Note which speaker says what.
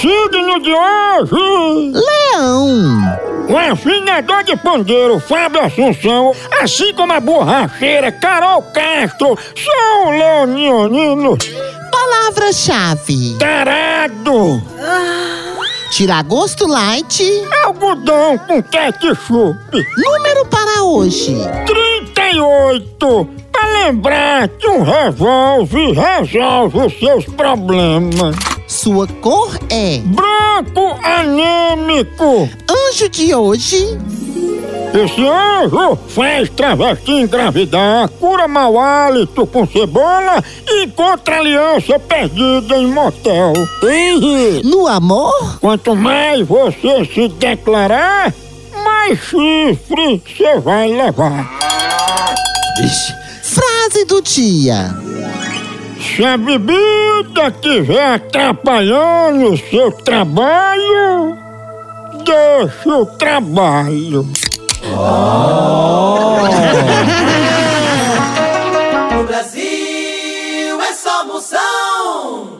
Speaker 1: signo de hoje!
Speaker 2: Leão.
Speaker 1: O afinador de pandeiro Fábio Assunção, assim como a borracheira Carol Castro, são leonino
Speaker 2: Palavra-chave.
Speaker 1: tarado,
Speaker 2: Tirar gosto light.
Speaker 1: algodão com ketchup.
Speaker 2: Número para hoje.
Speaker 1: 38 Pra lembrar que um revólver resolve os seus problemas.
Speaker 2: Sua cor é
Speaker 1: Branco anêmico.
Speaker 2: anjo de hoje.
Speaker 1: Esse anjo oh, faz travesti engravidar, cura mau hálito com cebola e encontra aliança perdida em motel.
Speaker 2: No amor,
Speaker 1: Quanto mais você se declarar, mais chifre você vai levar.
Speaker 2: frase do dia.
Speaker 1: Se a bebida estiver atrapalhando o seu trabalho, deixa o trabalho.
Speaker 3: O Brasil é só moção.